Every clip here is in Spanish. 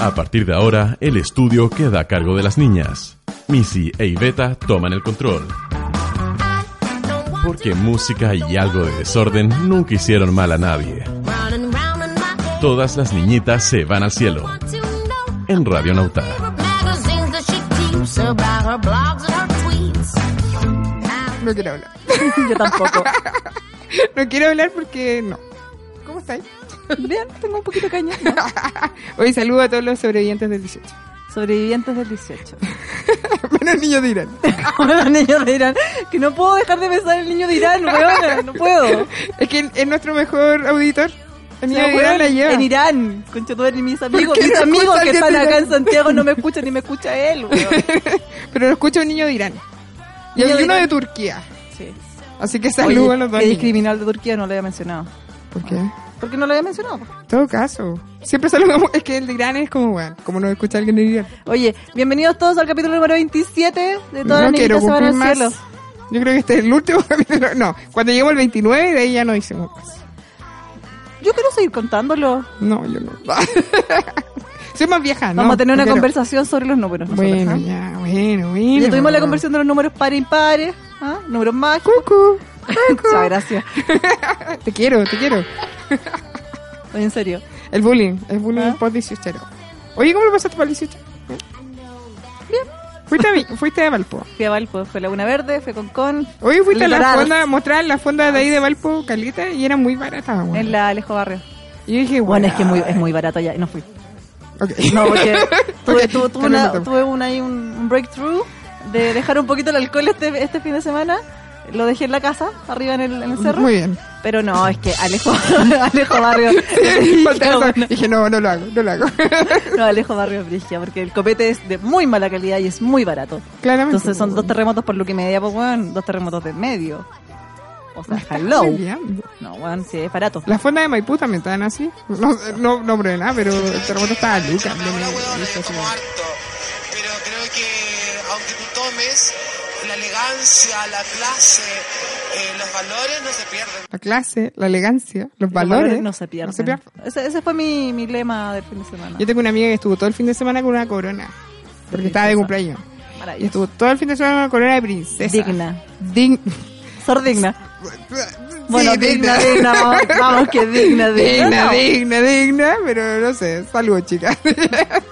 A partir de ahora, el estudio queda a cargo de las niñas. Missy e Iveta toman el control. Porque música y algo de desorden nunca hicieron mal a nadie. Todas las niñitas se van al cielo. En Radio Nauta. No quiero hablar. Yo tampoco. No quiero hablar porque no. ¿Cómo estáis? Bien, tengo un poquito de caña. Hoy saludo a todos los sobrevivientes del 18. Sobrevivientes del 18. Menos niños de Irán. Ahora los niños de Irán. Que no puedo dejar de pensar en el niño de Irán, weona. No puedo. Es que es nuestro mejor auditor. El Se niño de Irán me acuerdan la lleva. En Irán, con Chetuber y mis amigos. qué Mis no amigos escucha que alguien están de acá Irán? en Santiago no me escuchan ni me escucha él, weón. Pero lo escucha un niño de Irán. Y Niño hay de uno Irán. de Turquía. Sí. Así que saludo Oye, a los dos. que niños. discriminal de Turquía no lo había mencionado. ¿Por qué? En ¿Por qué no lo había mencionado? todo caso. Siempre saludamos. Es que el de Irán es como, bueno, como nos escucha alguien de Irán. Oye, bienvenidos todos al capítulo número 27 de Todas las no quiero Niñitas Se Van cumplir al más. Cielo. Yo creo que este es el último capítulo. No, cuando lleguemos al 29, de ahí ya no hicimos más. Yo quiero seguir contándolo. No, yo no. Soy más vieja, ¿no? Vamos a tener No una quiero. conversación sobre los números. nosotros, Bueno, ¿ah? ya, bueno, bueno. Ya tuvimos la conversión de los números pares impares, ¿ah? números mágicos. Cucu. Muchas gracias. Te quiero, te quiero. Oye, en serio. El bullying, el bullying Ah. post 18. Oye, ¿cómo lo pasaste para el 18? Bien. Fuiste a, Vi- fuiste a Valpo. Fui a Valpo, fue Laguna Verde, fue Concon, Oye, fuiste a la Liberal. fonda, mostrar la fonda de ahí de Valpo, Calita, y era muy barata, güey. en la Alejo Barrio. Y yo dije, Bueno, güey, es que muy, es muy barato ya, y no fui. Ok. No, porque tuve, tuve- tuve Calma, una- calma. tuve un, ahí un, un breakthrough de dejar un poquito el alcohol este, este fin de semana. Lo dejé en la casa, arriba en el, en el cerro. Muy bien. Pero no, es que Alejo, Alejo Barrio. Falta eso. Bueno, Dije, no, no lo hago, no lo hago. no, Alejo Barrio es brigia, porque el copete es de muy mala calidad y es muy barato. Claramente. Entonces son dos terremotos por lo que media, pues weón, dos terremotos de medio. O sea, hello. Olvidando. No, weón, sí, es barato. La fonda de Maipú también estaban así. No, no, no probé nada, pero el terremoto estaba Lucas. no me- Hola, weón, no sé si- como harto. Pero creo que aunque tú tomes, la elegancia, la clase, eh, los valores no se pierden. La clase, la elegancia, los Los valores. no se pierden. No se pierden. Ese, ese fue mi, mi lema del fin de semana. Yo tengo una amiga que estuvo todo el fin de semana con una corona. Porque estaba de Princesa. cumpleaños. Y Maravilloso. estuvo todo el fin de semana con una corona de princesa. Digna. Dign- Sordigna. Sí, Bueno, digna, digna, vamos, vamos, que digna, digna. Digna, No. digna, digna, pero no sé. Saludos, chicas.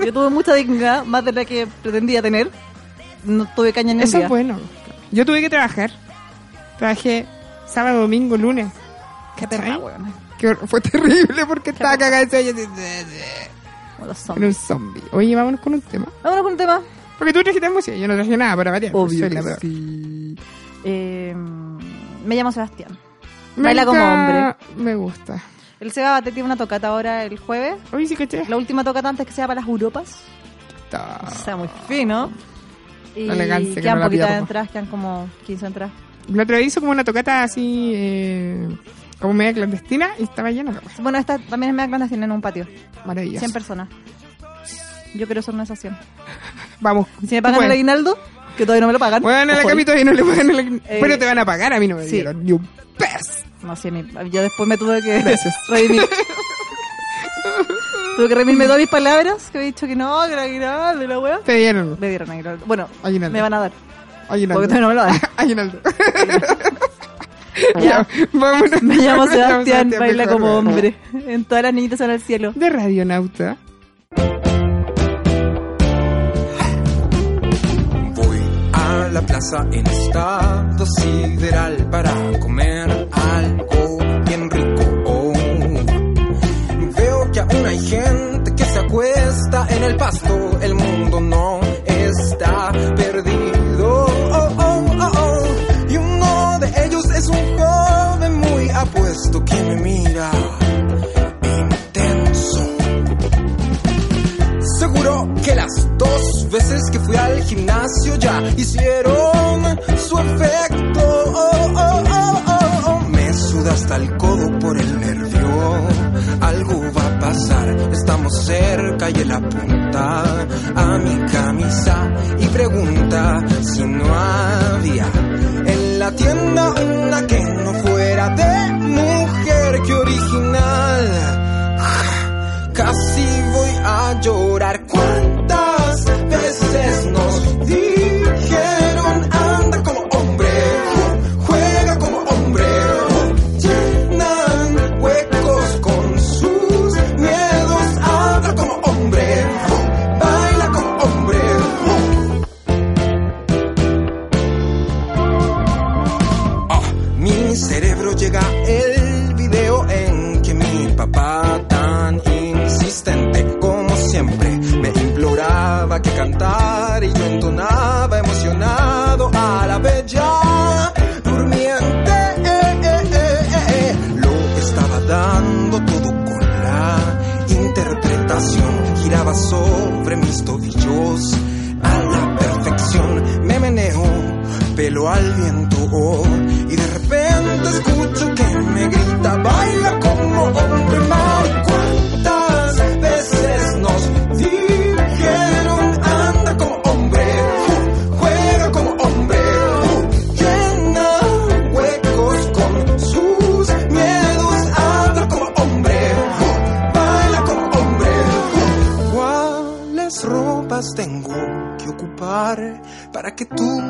Yo tuve mucha dignidad, más de la que pretendía tener. No tuve caña ni un Eso día. es bueno. Yo tuve que trabajar. Trabajé sábado, domingo, lunes. Qué perra, ¿Cachai? weón. Que fue terrible porque estaba cagada perra. de sueño. Como los Era zombies. un zombie. Oye, vámonos con un tema. Vámonos con un tema. Porque tú trajiste música, yo no traje nada para variar. pues, Obvio Soy la que peor. sí. Eh, me llamo Sebastián. Me Baila como gusta- Me gusta. El Seba va a tener una tocata ahora el jueves. Oye, sí, caché. La última tocata antes que sea para las Europas. O sea, muy fino. Y La elegancia que quedan no la poquitas pillamos. entradas, quedan como 15 entradas. La otra vez hizo como una tocata así, eh, como media clandestina y estaba llena. de weas. Bueno, esta también es media clandestina en un patio. Maravilloso. 100 personas. Yo quiero ser una de esas 100. Vamos. Si me pagan Bueno. el aguinaldo, que todavía no me lo pagan. Bueno, la Ojo. capito y no le pagan el... Eh, Pero te van a pagar, a mí no me sí. dieron ni un pez. No sé, mi- yo después me tuve que Gracias. redimir. tuve que redimirme todas mis palabras, que había dicho que no, que era aguinaldo, y la weá. Te dieron. Me dieron aguinaldo. Bueno, Aguinaldo. me van a dar, porque Aguinaldo. todavía no me lo dan. Aguinaldo. ya, vámonos. Me llamo Vámonos, Sebastián, baila mejor, como weón. hombre. En todas las niñitas en el cielo. De Radionauta. Voy a la plaza en estado sideral para comer algo bien rico. Oh. Veo que aún hay gente que se acuesta en el pasto. El mundo no está perdido. Oh, oh, oh, oh. Y uno de ellos es un joven muy apuesto que me mira intenso. Seguro que las dos veces que fui al gimnasio ya hicieron su efecto. Oh, oh, oh, oh, oh. Me suda hasta el codo por el nervio. Algo va a pasar, estamos cerca y él apunta a mi camisa y pregunta si no había en la tienda una que no fuera de mujer que original. Casi voy a llorar, Oh, cantar y yo entonaba emocionado a la bella durmiente. Eh, eh, eh, eh, eh. Lo estaba dando todo con la interpretación. Giraba sobre mis tobillos a la perfección. Me meneo, pelo al viento oh, y de repente escucho que me grita, baila como hombre mal. ¿Cuántas veces nos dijeron anda como hombre? uh, Juega como hombre, uh, llena huecos con sus miedos, habla como hombre, uh, baila como hombre. uh. ¿Cuáles ropas tengo que ocupar para que tú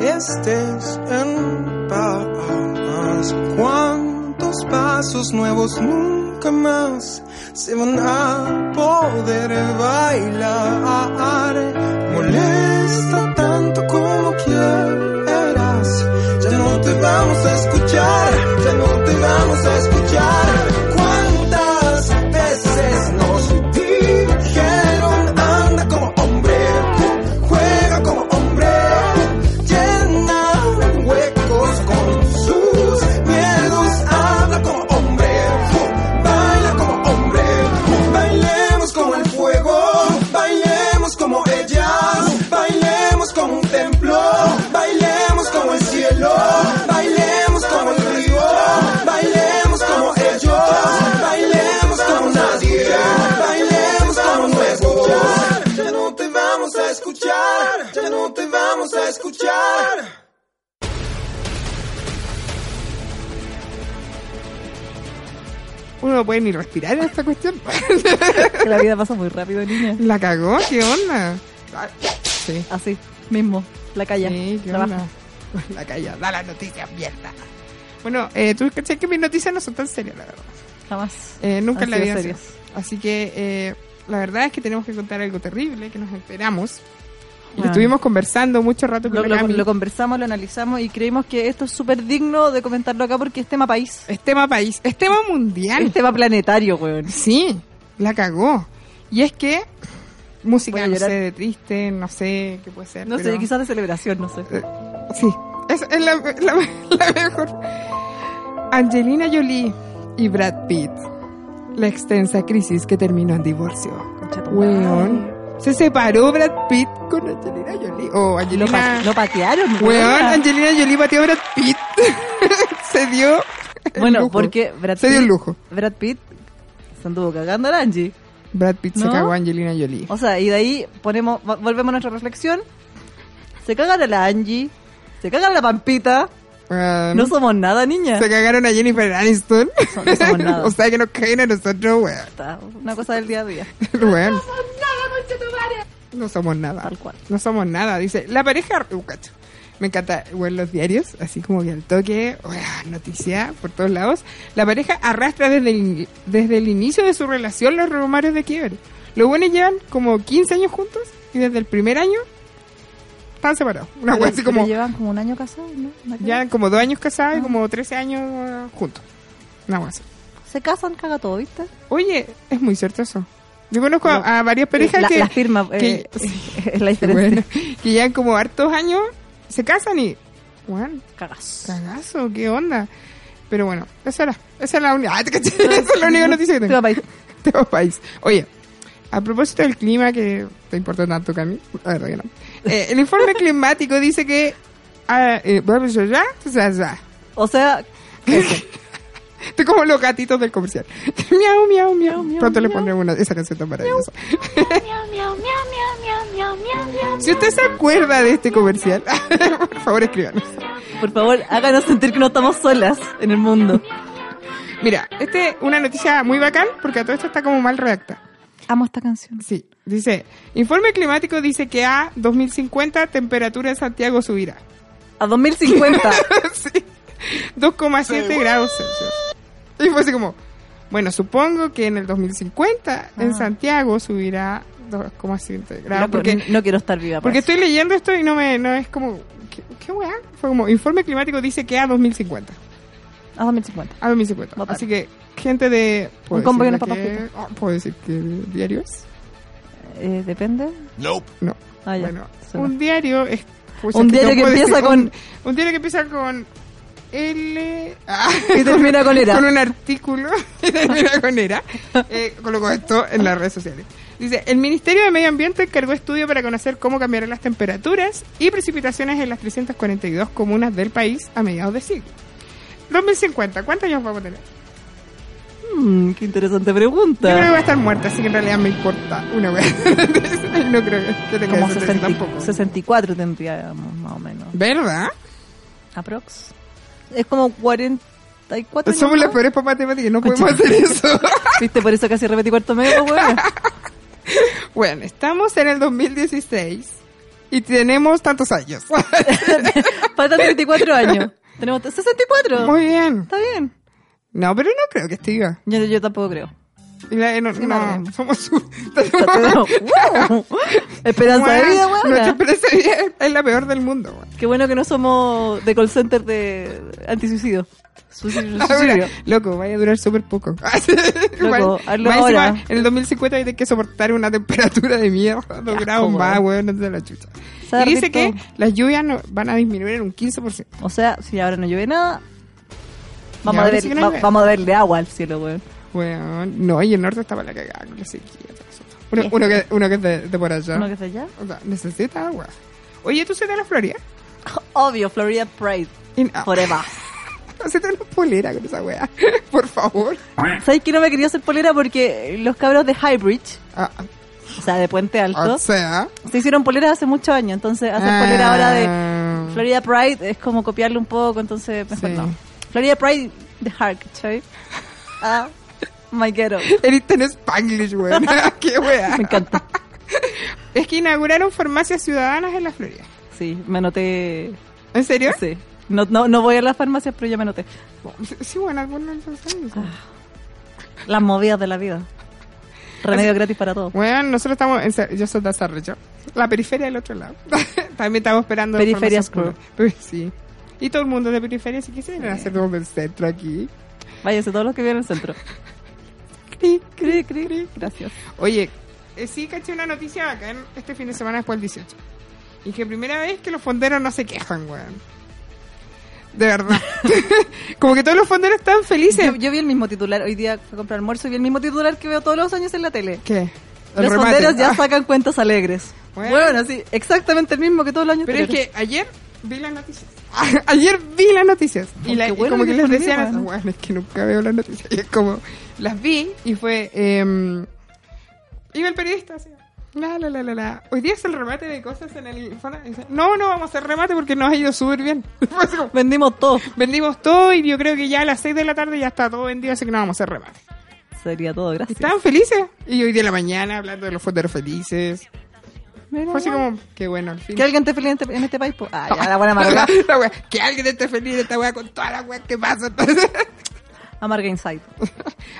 estés en paz? ¿Cuántos pasos nuevos nunca más se van a poder bailar? Molesta tanto como quieras, ya no te vamos a escuchar, ya no te vamos a escuchar. ¿Cuántas veces nos dijeron anda como hombre, juega como hombre, llena huecos con sus miedos, habla como hombre, baila como hombre, bailemos como el fuego, bailemos como ellas, bailemos como un templo, bailemos como el cielo, bailemos como el río, bailemos como ellos, bailemos como nadie, bailemos como nuestro. Ya no te vamos a escuchar, ya no te vamos a escuchar. Uno no puede ni respirar en esta cuestión. Que la vida pasa muy rápido, niña. La cagó, qué onda. Ah, Sí. Así, mismo. La calla. Sí, qué la onda. baja. La calla, da la noticia, mierda. Bueno, eh, tú caché que mis noticias no son tan serias, la verdad. Jamás. Eh, nunca Han en la sido vida. serias. sido. Así que eh, la verdad es que tenemos que contar algo terrible que nos enteramos. Y Bueno. estuvimos conversando mucho rato Ah. Lo, con lo- la Cami. lo conversamos, lo analizamos y creímos que esto es súper digno de comentarlo acá porque es tema país. Es tema país, es tema mundial. Es tema planetario, weón. Sí, la cagó. Y es que Voy música, a no llorar. sé, de triste, no sé qué puede ser. No pero- eh, sé, quizás de celebración, no sé. Sí, es, es la, la- la mejor. Angelina Jolie y Brad Pitt. La extensa crisis que terminó en divorcio. Concha tu madre. Weón. Se separó Brad Pitt con Angelina Jolie. Oh, Lo, pa- Angelina. lo patearon, Weón, weona. Angelina Jolie batió a Brad Pitt. se dio. el Bueno, lujo. porque Brad Se dio el Pitt- lujo. Brad Pitt se anduvo cagando a Angie. Brad Pitt se ¿No? cagó a Angelina Jolie. O sea, y de ahí ponemos, vo- volvemos a nuestra reflexión. Se cagan a la Angie, se cagan a la Pampita. Weón. No somos nada, niña. Em. se cagaron a Jennifer Aniston. No, no somos nada. o sea que nos caen a nosotros, weón. Está Una cosa del día a día, Bueno. No somos nada. tal cual. No somos nada. Dice, la pareja... Uh, cacho. Me encanta, bueno, los diarios, así como que al toque, uah, noticia por todos lados. La pareja arrastra desde el, in- desde el inicio de su relación los rumores de quiebra. Los buenos llevan como 15 años juntos y desde el primer año están separados. Una Pero- wea Ah, así pero como... llevan como un año casados, ¿no? Una cosa. Ya como dos años casados y como 13 años eh, juntos. Una wea así. Se casan, caga todo, ¿viste? Oye, es muy cierto eso. Yo conozco a- No. a, varias parejas la, que... la firma que- eh, es la Qué diferencia. bueno. que ya como hartos años se casan y. Juan, Cagas. cagazo, qué onda. Pero bueno, esa era, esa era la única. Ah, te caché, esa es la única noticia que tengo. Tema país. Tema país. Oye, a propósito del clima que te importa tanto, Cami. La verdad que no. Eh, el informe climático dice que. ah, eh, bueno, yo ya, o sea, ya. O sea, Estoy como los gatitos del comercial. miau, miau, miau, miau. Pronto le pondré una, esa canción tan maravillosa. Si usted se acuerda de este comercial, por favor escríbanos. por favor, háganos sentir que no estamos solas en el mundo. Mira, este es una noticia muy bacán porque a todo esto está como mal redacta. Amo esta canción. Sí, dice, informe climático dice que a 2050 temperatura en Santiago subirá. A 2050. Sí, 2,7 grados Celsius. Y fue así como, bueno, supongo que en el 2050 en Ah. Santiago subirá 2,7 grados. No, Porque no quiero estar viva. Porque Porque estoy leyendo esto y no me no es como ¿qué, qué weá? Fue como informe climático dice que a 2050. A 2050. A 2050. Votar. Así que gente de ¿puedo Un combo y decirle unas papas que- oh, puedo decir que diarios. Eh, depende. Nope. No. Ah, ya. Bueno, Suena. un diario es... pucha, Un es diario no que puedo empieza con- Un, un diario que empieza con... L... Ah, Y termina con era. Con un artículo y termina con era. Eh, colocó esto en las redes sociales. Dice, el Ministerio de Medio Ambiente encargó estudio para conocer cómo cambiarán las temperaturas y precipitaciones en las 342 comunas del país a mediados de siglo. 2050, ¿cuántos años vamos a tener? Mm, qué interesante Yo creo que va pregunta. a estar muerta, así que en realidad me importa una wea. no creo que tenga Como ese 60 tampoco. 64 tendríamos, más o menos. ¿Verdad? Aprox. Es como 44 años Pues Somos más. las peores para matemáticas, no podemos Concha. hacer eso. Viste, por eso casi repetí cuarto medio, pues, weón. bueno, estamos en el 2016 y tenemos tantos años. Faltan 34 años. Tenemos 64. Muy bien. Está bien. No, pero no creo que esté viva. Yo, yo tampoco creo. Y la- eh, no, no, madre. somos su... Está todo- ¡Wow! Esperanza de vida, Bueno, Nuestra weón. experiencia de vida es la peor del mundo. weón. Qué bueno que no somos de call center de antisuicidio. Suicidio. Ahora, suicidio. loco, vaya a durar súper poco. Loco, hazlo más encima, ahora. en el 2050 hay que soportar una temperatura de mierda, dos asco, grados más, weón. weón, antes de la chucha. Se va Y dice derretir que todo. las lluvias no- van a disminuir en un 15%. O sea, si ahora no llueve nada, vamos, a, ahora ver, sí que no va- llueve. vamos a verle agua al cielo, weón. Weón, no, y el norte estaba la cagada con la sequía. todo eso. Uno, Sí. uno que, uno que es de, de por allá. ¿No que está allá? O sea, necesita agua. Oye, ¿tú se te la Florida? Obvio, Florida Pride. Y no. Forever. Se te la polera con esa weá. por favor. ¿Sabes que no me quería hacer polera? Porque los cabros de Highbridge, Ah, o sea, de Puente Alto, o sea... se hicieron poleras hace muchos años. Entonces, hacer Ah. polera ahora de Florida Pride es como copiarlo un poco, entonces mejor Sí. no. Florida Pride de Hark, ¿cachai? Ah, my ghetto. Eres tan spanglish, weón. Qué weá. Me encanta. Es que inauguraron farmacias ciudadanas en la Florida. Sí, me anoté. ¿En serio? Sí. No, no, no voy a las farmacias, pero ya me anoté. Sí, bueno, algunos lo saben. Las movidas de la vida. Remedio gratis para todos. Bueno, nosotros estamos en Sa- yo soy de Sarrecho, la periferia del otro lado. También estamos esperando Periferia información School. pública. Pero sí. Y todo el mundo de periferia, si quisieran hacer todo del centro aquí. Váyanse todos los que viven en el centro. Cri, Cri, cri, cri. Gracias. Oye, eh, sí caché una noticia bacán este fin de semana después del 18. Y que primera vez que los fonderos no se quejan, weón. De verdad. Como que todos los fonderos están felices. Yo, eh. yo vi el mismo titular, hoy día fui a comprar almuerzo y vi el mismo titular que veo todos los años en la tele. ¿Qué? El Los remate. fonderos ya Ah. sacan cuentas alegres. Bueno. Bueno, sí, exactamente el mismo que todos los años. Pero es anteriores. que ayer vi las noticias. ayer vi las noticias. Y, la- Qué y bueno como que que les por mí, decían, bueno. "Bueno, es que nunca veo las noticias. Y es como, las vi y fue... em, iba el periodista así. La, la, la, la, la. Hoy día es el remate de cosas en el... Infona", y dice, No, no vamos a hacer remate porque nos ha ido súper bien. Fue así como, vendimos todo. Vendimos todo y yo creo que ya a las 6 de la tarde ya está todo vendido, así que no vamos a hacer remate. Sería todo, Y gracias. estaban felices. Y hoy día en la mañana hablando de los fonderos felices. Mira, Fue así como, qué bueno, al fin. Que alguien te feliz en este, en este país. po. Ah, ya, la buena amarga. La wea, que alguien esté feliz de esta weá con toda la weá que pasa. Entonces, Amarga Inside.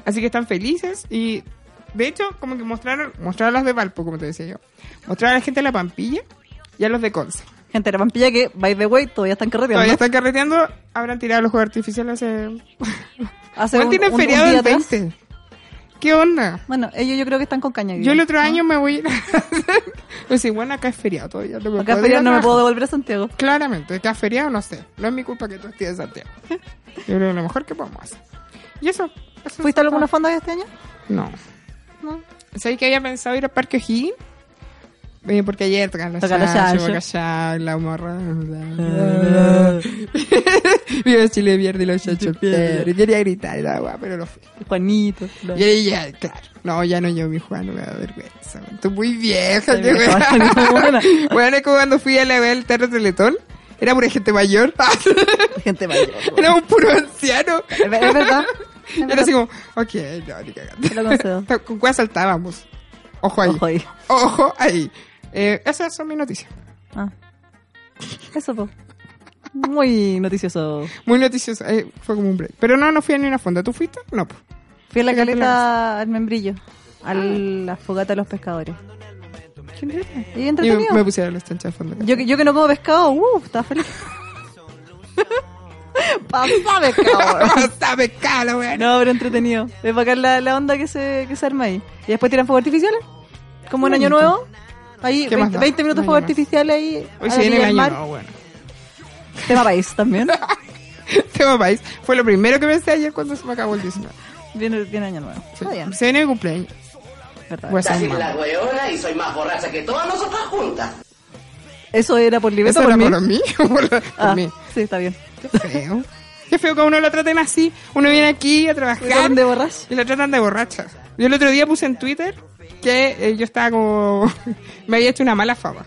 Así que están felices y de hecho, como que mostraron, mostraron a los de Valpo, como te decía yo. Mostraron a la gente de la Pampilla y a los de Conce. Gente de la Pampilla que, by the way, todavía están carreteando. Todavía están carreteando, habrán tirado los juegos artificiales hace. Hace ¿Cuál un- tienen un- un feriado día el atrás. 20? ¿Qué onda? Bueno, ellos yo creo que están con caña. Yo el otro año me voy a ir. Pues sí, bueno, acá es feriado todavía. No me Acá puedo pero ir a no me trabajar. puedo devolver a Santiago. Claramente, está feriado, no sé. No es mi culpa que tú estés en Santiago. Yo creo que lo mejor que podemos hacer. Y eso. eso ¿Fuiste a alguna todo. fonda este año? No. No. ¿Sabes que había pensado ir al Parque O'Higgins? Eh, porque ayer tocaron los Tocaron los Yayo, Yayo. Bacallao, la morra. Ah. Viva Chile pierde y los chachos pierden. Quería gritar y la guapa, pero no fui. Juanito. Y ahí ya, claro. No, ya no llevo mi Juan, no me da vergüenza. güey. Estoy muy vieja. Estoy qué vieja, weá. estoy buena. Bueno, es como cuando fui a la vez del Terra Teletón. Era pura gente mayor. Gente mayor. Era un puro anciano. Es ver- es verdad. Y Era así como, ok, no, ni cagando. Te lo concedo. ¿Con cuál saltábamos? Ojo ahí. Ojo ahí. Ojo ahí. Eh, esas son mis noticias. Ah. Eso, po. Muy noticioso. Muy noticiosas. Eh, fue como un break. Pero no, no fui a ni una fonda. ¿Tú fuiste? No. po. Fui a la Fíjate caleta al membrillo, a la fogata de los pescadores. Y Y me, entretenido. me pusieron los chanchas de fonda. Yo, que- yo que no como pescado, uh, estaba feliz. Papá pescado. Sabe cala, Oh, weón. No, pero entretenido. Es bacán la, la onda que se, que se arma ahí. Y después tiran fuegos artificiales. Como un año nuevo. Ahí, ¿Qué más 20, da? 20 minutos No fuegos hay más. artificiales ahí. Hoy a se la viene orilla el del año mar. nuevo, bueno. Tema país también. Tema país. Fue lo primero que pensé ayer cuando se me acabó el 19. viene, viene año nuevo. Sí. Está bien. Se viene mi cumpleaños. verdad. Pues, Casi mamá. la hueona y soy más borracha que todas nosotras juntas. Eso era por Libeta ¿Eso por era mí. por mí? Por la- por Ah, mí. sí, está bien. Qué feo. Qué feo que a uno lo traten así. Uno viene aquí a trabajar. ¿Tratan de borracho? Y lo tratan de borracha. Yo el otro día puse en Twitter que eh, yo estaba como. me había hecho una mala fama.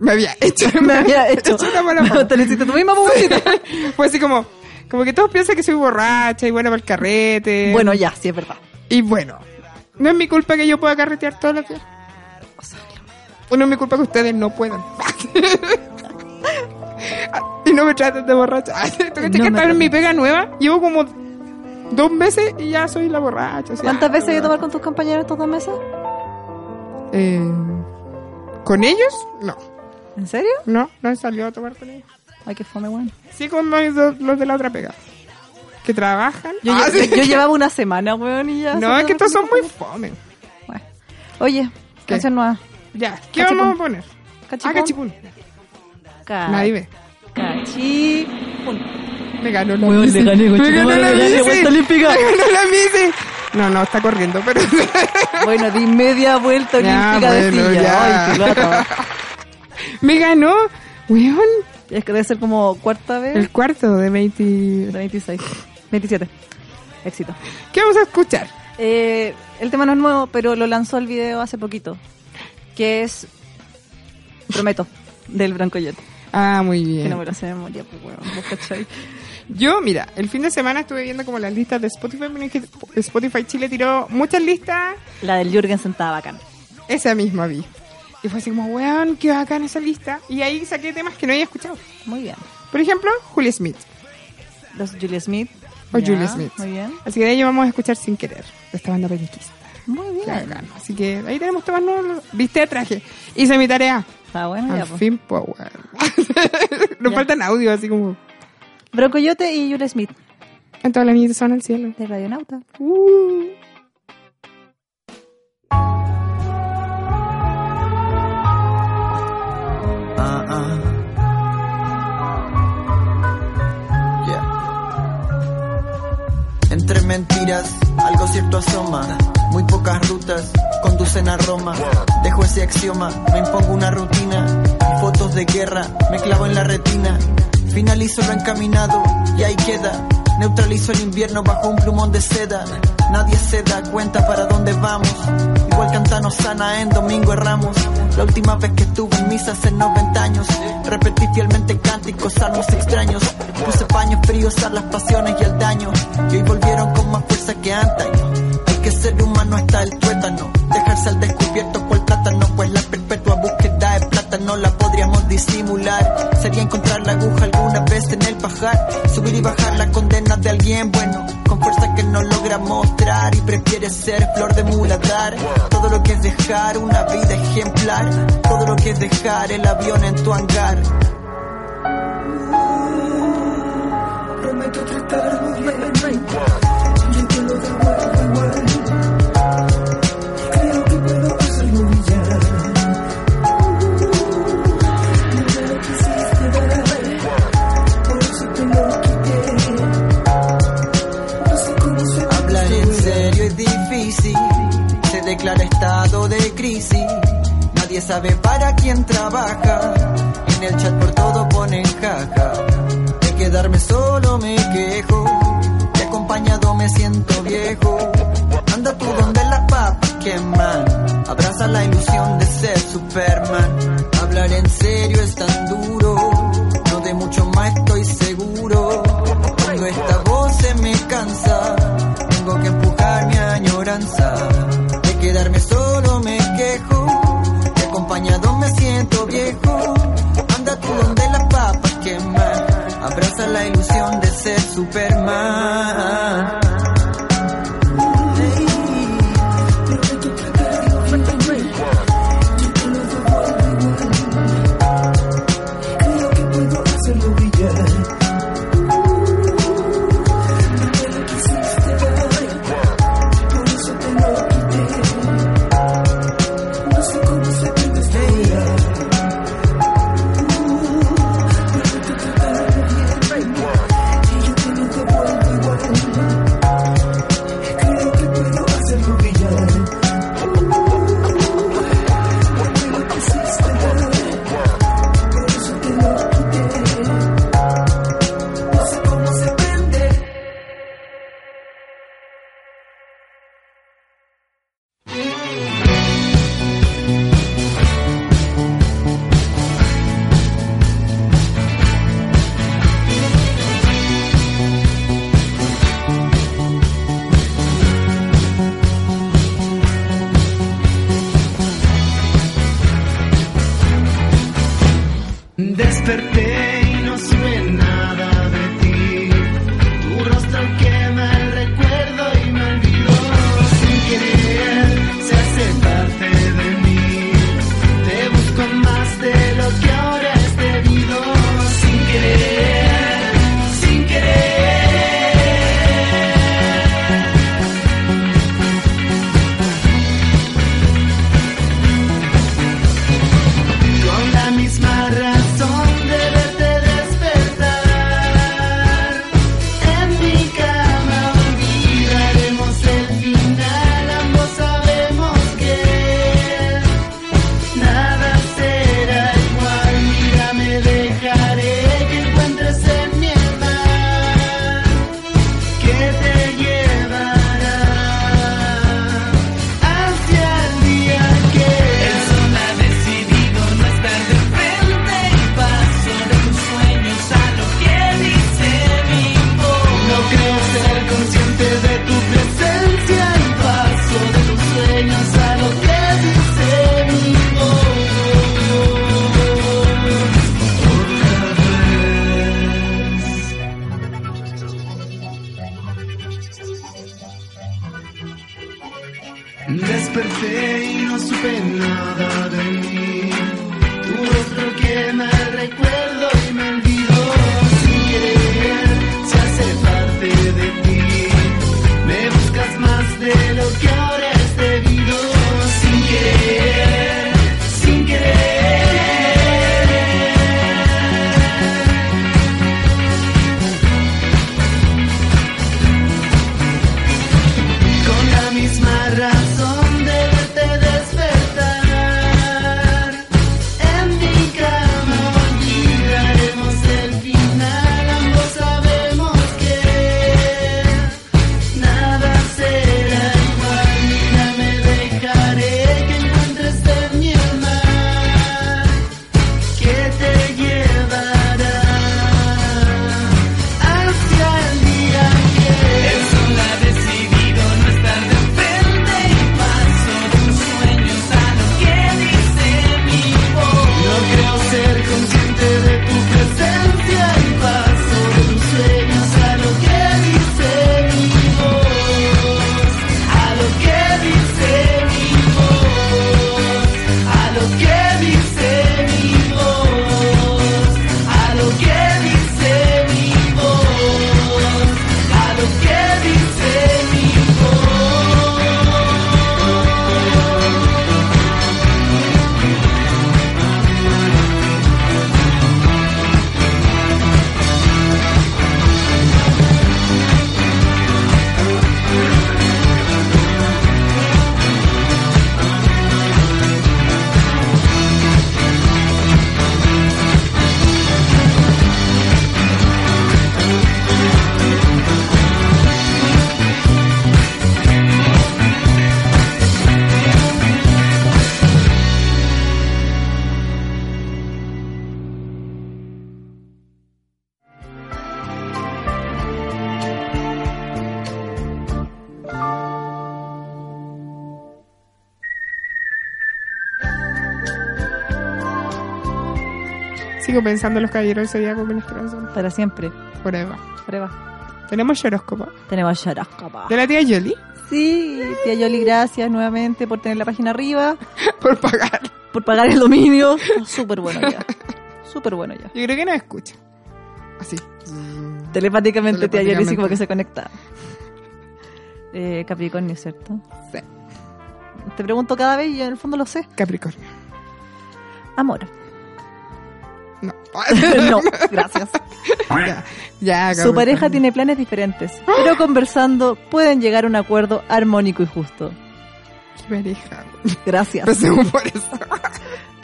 Me había hecho. Me había hecho. una mala fama. Te lo hiciste tú misma, pobrecita. Fue así como. Como que todos piensan que soy borracha y buena para el carrete. Bueno, ya, sí, es verdad. Y bueno, no es mi culpa que yo pueda carretear todo lo que. O sea, No es mi culpa que ustedes no puedan. y no me traten de borracha. ¿Tú cachai me que estaba en mi traten. pega nueva? Llevo como dos meses y ya soy la borracha. o sea, ¿Cuántas veces he ido a tomar con tus compañeros estos dos meses? eh, ¿Con ellos? No. ¿En serio? No, no he salido a tomar con ellos. Ay, qué fome, bueno. Sí, con los, dos- los de la otra pega. Que trabajan. Yo, Ah, yo- sí. yo llevaba una semana, weón, y ya. no, es que estos son muy fome. Bueno. Oye, ¿Qué? canción nueva. Ya, ¿qué Cachipún. vamos a poner? Ah, Cachipún. cachipún. Ca- Nadie ve. Cachipún. Me ganó la Weón, bici. le gané, me conchetumare, ganó la le gané, bici. vuelta olímpica. Me ganó la bici. No, no, está corriendo, pero... Bueno, di media vuelta Ya, olímpica de bueno, silla. ya. Ay, piloto. me ganó, weón, Es que debe ser como cuarta el vez. cuarto de 20... De 26. 27. Éxito. ¿Qué vamos a escuchar? Eh, el tema no es nuevo, pero lo lanzó el video hace poquito. Que es. Prometo. Del Branco Jet. Ah, muy bien. Que no me lo sé de memoria, pues, weón. ¿Vos cachai? Yo, mira, el fin de semana estuve viendo como las listas de Spotify. miren que Spotify Chile tiró muchas listas. La del Jürgen sentada bacán. Esa misma vi. Y fue así como, weón, qué bacán esa lista. Y ahí saqué temas que no había escuchado. Muy bien. Por ejemplo, Julia Smith. Los Julia Smith. O Ya, Oh, Julia Smith. Muy bien. Así que de ello vamos a escuchar sin querer. De esta banda periquista. Muy Qué bien. bacán. Así que ahí tenemos temas nuevos. Viste, traje. Hice mi tarea. Está bueno, ya, Al pues. fin, pues, weón. Nos Ya. faltan audio así como. Brocoyote y Julia Smith. En todas las niñas son al cielo. De Radio Nauta. Uh. Ah, ah. Yeah. Entre mentiras, algo cierto asoma. Muy pocas rutas conducen a Roma. Dejo ese axioma, me impongo una rutina. Fotos de guerra, me clavo en la retina. Finalizo lo encaminado y ahí queda. Neutralizo el invierno bajo un plumón de seda. Nadie se da cuenta para dónde vamos. Igual cantano sana en Domingo Ramos. La última vez que estuve en misa hace 90 años. Repetí fielmente cánticos, salmos extraños. Puse paños fríos a las pasiones y el daño. Y hoy volvieron con más fuerza que antaño. Hay que ser humano hasta el tuétano. Dejarse al descubierto cual plátano, pues la perpetua búsqueda de plátano la podríamos disimular. Sería encontrar la aguja alguna vez en el pajar. Subir y bajar la condena de alguien bueno, con fuerza que no logra mostrar y prefiere ser flor de muladar. Todo lo que es dejar una vida ejemplar, todo lo que es dejar el avión en tu hangar. Prometo tratar muy bien. Yo te lo devuelvo igual. Creo que puedo hacerlo brillar. No me lo quisiste dar, por eso te lo quité. No sé cómo se Hablar en serio es difícil, se declara estado de crisis. Nadie sabe para quién trabaja, en el chat por todo ponen caja. De quedarme solo me quejo, de acompañado me siento viejo. Anda tú donde las papas queman, abraza la ilusión de ser Superman. Hablar en serio es tan duro, no de mucho más estoy seguro. Cuando esta voz se me cansa, tengo que empujar mi añoranza. De quedarme solo me quejo, de acompañado me siento viejo. Anda tú donde las papas queman, abraza la ilusión de ser Superman. No sé cómo se puede Desperté y no supe nada de mí. Tu rostro que me recuerdo y me olvidó sin querer. Se hace parte de ti. Me buscas más de lo que ahora es debido sin querer, sin querer. Con la misma razón de verte despertar En mi cama olvidaremos el final Ambos sabemos que Nada será igual Mira me dejaré que encuentres de mi alma Que te llevará hacia el día que el sol ha decidido no estar de frente y paso de un sueño a lo que dice mi voz. No creo ser consciente de tu presencia y paso de tus sueños a lo que dice mi voz, a lo que dice mi voz, a lo que dice mi voz, a lo que dice mi voz. A lo que dice mi voz. Sigo pensando en los caballeros del zodiaco con este esperanza. Para siempre. Por ahí va. Prueba. Tenemos horóscopo. Tenemos Yarascapa. De la tía Yoli. Sí, tía Yoli, gracias nuevamente por tener la página arriba, Por pagar. por pagar el dominio. Está Súper bueno ya. Súper bueno ya. Yo creo que no escucha. Así. Telepáticamente, tía Yoli sí Telepáticamente. como que se conecta. Eh, Capricornio, ¿cierto? Sí. Te pregunto cada vez y yo en el fondo lo sé. Capricornio. Amor. No. no, gracias. ya. ya Su pareja Capricornio. tiene planes diferentes, pero conversando pueden llegar a un acuerdo armónico y justo. Qué pareja. Gracias. Empecemos por eso.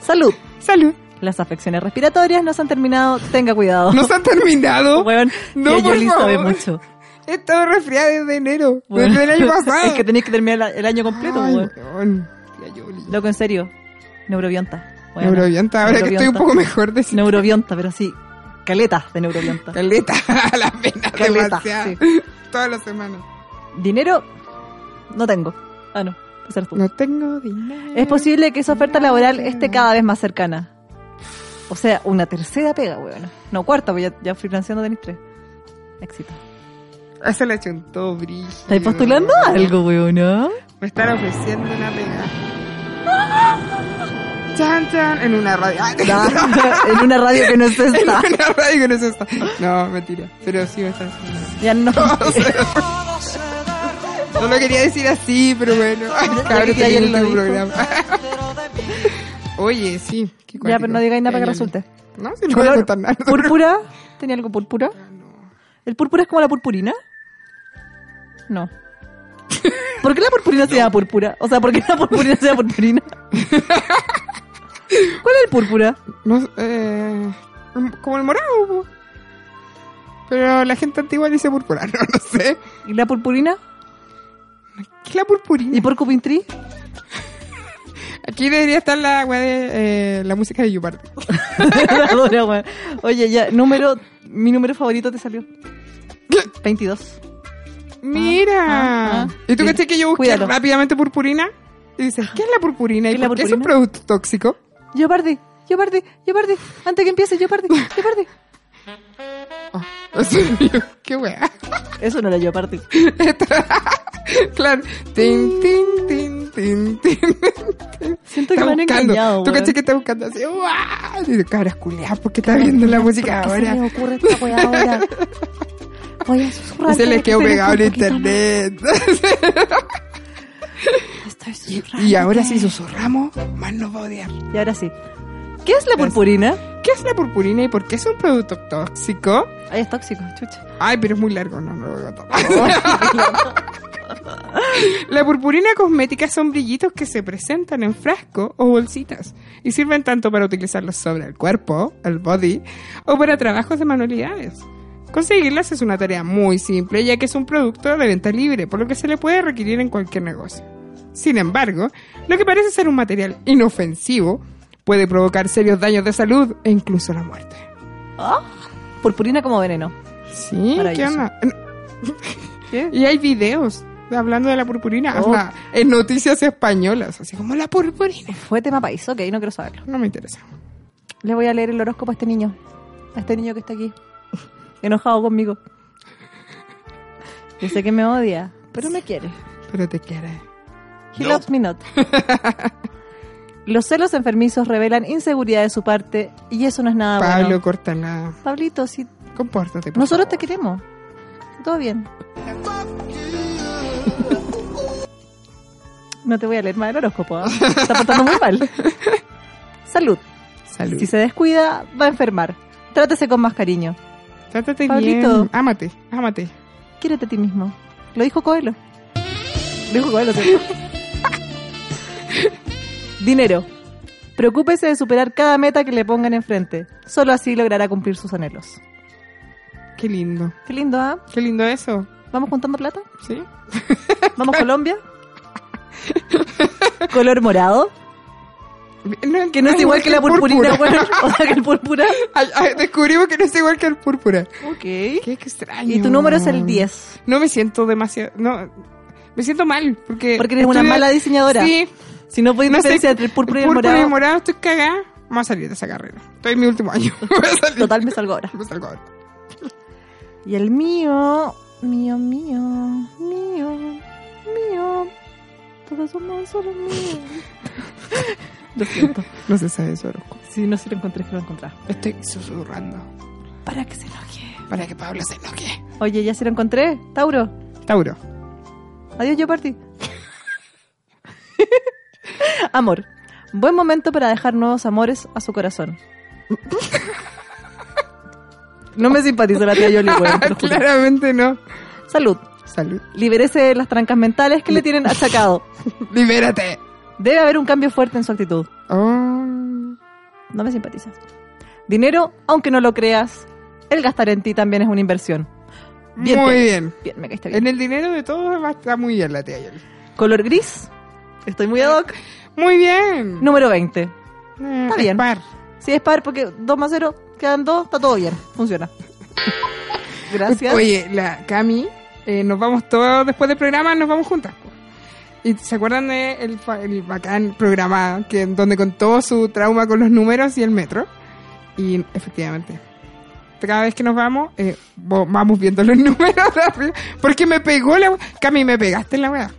Salud. Salud. Las afecciones respiratorias nos han terminado. Tenga cuidado. Nos han terminado. Weón, No, tía por Yoli sabe favor. mucho. He estado resfriada desde enero. Weón. Desde el año pasado. es que tenéis que terminar la- el año completo, Ay, weón. weón. Tía Yoli. Loco, en serio. Neurobionta. Weón. Neurobianta, ahora que estoy un Neurobionta. poco mejor de sí. Neurobionta, pero sí. Caleta de neurobionta. Caleta, la pena Caleta, demasiado. Todas las semanas. Dinero no tengo. Ah, no. Esa eres tú. No tengo dinero. Es posible que esa oferta laboral esté cada vez más cercana. O sea, una tercera pega, weón. No, cuarta, porque ya, ya freelanceando tenéis tres. Éxito. Ah, Se la chuntó, brillo. ¿Estáis postulando Mm. algo, weón? ¿no? Me están ofreciendo una pega. Chan, chan, en una radio. Ah, en una radio que no es en esta. una radio que no es esta. No, mentira. Pero sí me están ofreciendo. Ya no. No lo quería decir así, pero bueno. Ay, cabrón, Ya te ayer tu lo programa. Oye, sí. qué Ya, cuático. pero no digáis nada para que Ya, resulte. ya. No, si no voy a Color contar nada. Púrpura. ¿Tenía algo púrpura? ¿El púrpura es como la purpurina? No. ¿Por qué la purpurina se llama púrpura? O sea, ¿por qué la purpurina se llama purpurina? ¿Cuál es el púrpura? No, eh, como el morado. po. Pero la gente antigua dice púrpura, no, no sé. ¿Y la purpurina? ¿Qué es la purpurina? ¿Y por Cupintree? Aquí debería estar la weá de eh, la música de Yuparte. Ah, La adoro, weón. Oye, ya, número, mi número favorito te salió. 22. Mira. Ah, ah, ah. ¿Y tú Mira, caché que yo busqué cuídalo. rápidamente purpurina? Y dices, ¿qué es la purpurina? ¿Qué ¿Y es la por qué es un purpurina? producto tóxico? Yo perdí, yo perdí, yo perdí. Antes que empiece, yo perdí, yo perdí. ¿En serio? ¿Qué weá? Eso no era yo aparte. claro. Tin, tin, tin, tin, tin. Siento que Está me han buscando. engañado. Tú weón. caché que está buscando así. ¡guau! Dice, cabras culiadas, ¿por qué está viendo la música ¿Por qué ahora? Se me ocurre esta weá ahora. Voy a susurrar. Y se le quedó pegado en internet. Estoy y, susurrando. y ahora si susurramos, más nos va a odiar. Y ahora sí. ¿Qué es la purpurina? ¿Qué es la purpurina y por qué es un producto tóxico? Ay, es tóxico, chucha. Ay, pero es muy largo, no, no lo voy a tomar. La purpurina cosmética son brillitos que se presentan en frasco o bolsitas y sirven tanto para utilizarlos sobre el cuerpo, el body, o para trabajos de manualidades. Conseguirlas es una tarea muy simple ya que es un producto de venta libre, por lo que se le puede requerir en cualquier negocio. Sin embargo, lo que parece ser un material inofensivo puede provocar serios daños de salud e incluso la muerte. Purpurina como veneno. Sí, ¿qué Maravilloso. onda? ¿Qué? Y hay videos hablando de la purpurina, Oh. hasta en noticias españolas, así como la purpurina. Fue tema país, ok, no quiero saberlo. No me interesa. Le voy a leer el horóscopo a este niño. A este niño que está aquí. Enojado conmigo. Yo sé que me odia, pero me quiere. Pero te quiere. He loves me not. Los celos enfermizos revelan inseguridad de su parte y eso no es nada Pablo, bueno. córtala. Pablito, si Compórtate. pues. por nosotros te favor. queremos. Todo bien. No te voy a leer más el horóscopo. ¿ah? Está portando muy mal. Salud. Salud. Si se descuida, va a enfermar. Trátese con más cariño. Trátate Pablito. bien. Ámate, ámate. Quiérete a ti mismo. Lo dijo Coelho. Lo dijo Coelho. ¿cierto? Dinero. Preocúpese de superar cada meta que le pongan enfrente. Solo así logrará cumplir sus anhelos. Qué lindo. Qué lindo, ¿ah? Qué lindo eso. ¿Vamos juntando plata? ¿Sí? ¿Vamos a Colombia? Color morado. Que no es igual que la el purpurina, púrpura. weón. O sea, que el púrpura. Ay, ay, descubrimos que no es igual que el púrpura. Ok. Qué extraño. Y tu número es el 10. No me siento demasiado. No, me siento mal. Porque, Porque eres una estoy- mala diseñadora. Sí, Si no puedes No sé, diferenciar entre el púrpura y el Púrpura y morado, morado, estoy cagada. Vamos a salir de esa carrera. Estoy en mi último año. Voy a salir. total me salgo ahora. Me salgo ahora. Y el mío, mío, mío, mío, mío. Todos somos solo míos. Lo siento. No se sabe eso, Orozco. Si no se lo encontré, es que lo encontré. Estoy susurrando Para que se enoje. para que Pablo se enoje. Oye, ya se lo encontré. Tauro. Tauro. Adiós, yo partí. Amor. Buen momento para dejar nuevos amores a su corazón. No me simpatiza la tía Yoli, weón, te lo juro. Claramente no. Salud. Salud. Libérese de las trancas mentales que le tienen achacado. Libérate. Debe haber un cambio fuerte en su actitud. Oh. No me simpatizas. Dinero, aunque no lo creas, el gastar en ti también es una inversión. Bien, Muy te- bien. bien, me caíste bien. En e- el dinero de todos va a estar muy bien la tía Yoli. Color gris. Estoy muy ad hoc. Muy bien. Número 20. Eh, está bien. es par. Si es par, porque 2 más 0 quedan 2, está todo bien. Funciona. Gracias. Oye, la Cami, eh, nos vamos todos después del programa, nos vamos juntas. po. ¿Y se acuerdan de el, fa- el bacán programa que donde contó su trauma con los números y el metro? Y efectivamente, cada vez que nos vamos, eh, vo- vamos viendo los números de arriba, porque me pegó la we- Cami, me pegaste en la weá.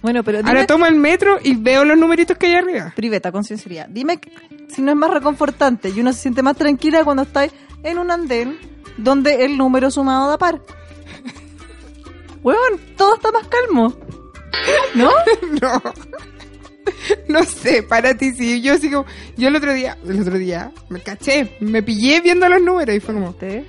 Bueno, pero dime, Ahora tomo el metro y veo los numeritos que hay arriba. Priveta, con sinceridad. Dime que- si no es más reconfortante y uno se siente más tranquila cuando estáis en un andén donde el número sumado da par. Huevón, todo está más calmo. ¿No? No. No sé, para ti sí. Yo así como, yo el otro día, el otro día, me caché, me pillé viendo los números y fue como, Te-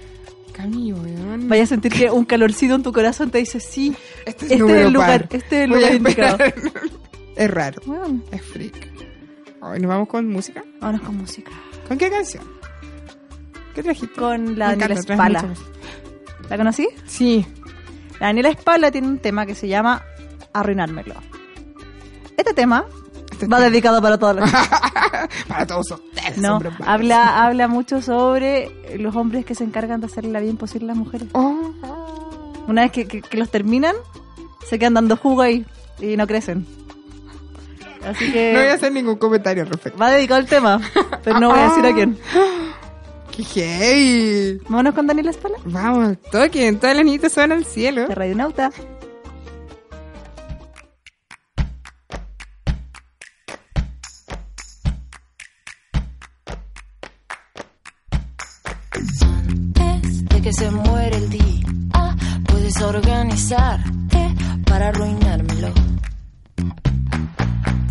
Cami, weón. Vaya a sentir que un calorcito en tu corazón te dice sí. Este Este es número el lugar, par. este es el Voy lugar a indicado. esperar. Es raro, Huevón, es freak. Hoy nos vamos con música. vámonos con música. ¿Con qué canción? ¿Qué trajiste? Con la Me encanta, Daniela traes Espala. mucha música. ¿La conocí? Sí. La Daniela Espala tiene un tema que se llama Arruinármelo. Este tema Este va tema. dedicado para todas las Para todos ustedes. No, hombres malos. habla, habla mucho sobre los hombres que se encargan de hacerle la vida imposible a las mujeres. Oh, Una vez que, que- que los terminan, se quedan dando jugo ahí y no crecen. Así no voy a que hacer ningún comentario al respecto. va dedicado el tema, pero no voy a decir a quién. ¡Qué heavy! Vámonos con Daniela Espala. Vamos, al toque. Todas las niñitas suenan al cielo. De Radionauta. Desde que se muere el día, puedes organizarte para arruinármelo.